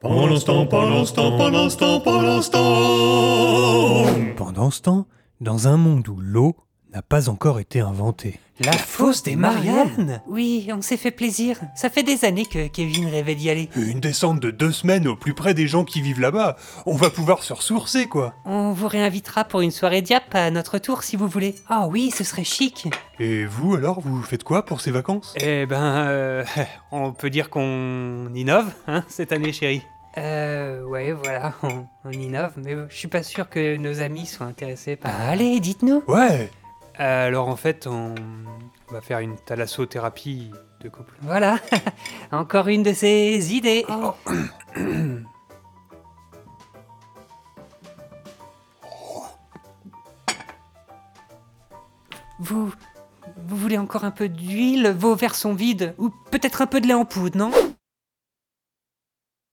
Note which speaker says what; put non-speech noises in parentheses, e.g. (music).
Speaker 1: Pendant ce temps, pendant ce temps, pendant ce temps, pendant ce temps.
Speaker 2: Pendant ce temps, dans un monde où l'eau n'a pas encore été inventée.
Speaker 3: La fosse des Mariannes
Speaker 4: Oui, on s'est fait plaisir. Ça fait des années que Kevin rêvait d'y aller.
Speaker 5: Une descente de deux semaines au plus près des gens qui vivent là-bas. On va pouvoir se ressourcer, quoi.
Speaker 4: On vous réinvitera pour une soirée diap à notre tour si vous voulez. Ah oui, ce serait chic.
Speaker 5: Et vous, alors, vous faites quoi pour ces vacances
Speaker 3: Eh ben, euh, on peut dire qu'on innove, hein, cette année, chérie.
Speaker 4: Euh, ouais, voilà, on, on innove, mais je suis pas sûr que nos amis soient intéressés par. Bah, Allez, dites-nous.
Speaker 5: Ouais
Speaker 3: Alors, en fait, on, on va faire une thalassothérapie de couple.
Speaker 4: Voilà, (laughs) encore une de ces idées. (clears throat) Vous, vous voulez encore un peu d'huile Vos verres sont vides. Ou peut-être un peu de lait en poudre, non